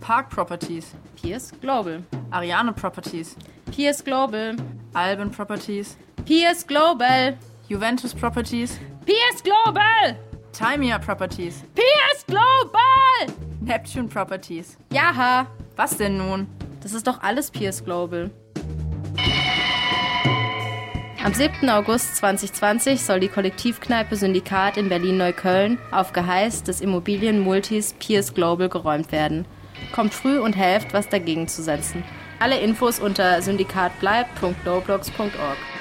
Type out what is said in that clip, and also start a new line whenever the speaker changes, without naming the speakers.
Park Properties,
Piers Global.
Ariane Properties,
Piers Global.
Alban Properties,
Piers Global.
Juventus Properties,
Piers Global.
Timia Properties,
Piers Global.
Neptune Properties.
Jaha.
Was denn nun?
Das ist doch alles Piers Global. Am 7. August 2020 soll die Kollektivkneipe Syndikat in Berlin-Neukölln auf Geheiß des Immobilienmultis Piers Global geräumt werden. Kommt früh und helft, was dagegen zu setzen. Alle Infos unter syndikatbleibt.noblogs.org.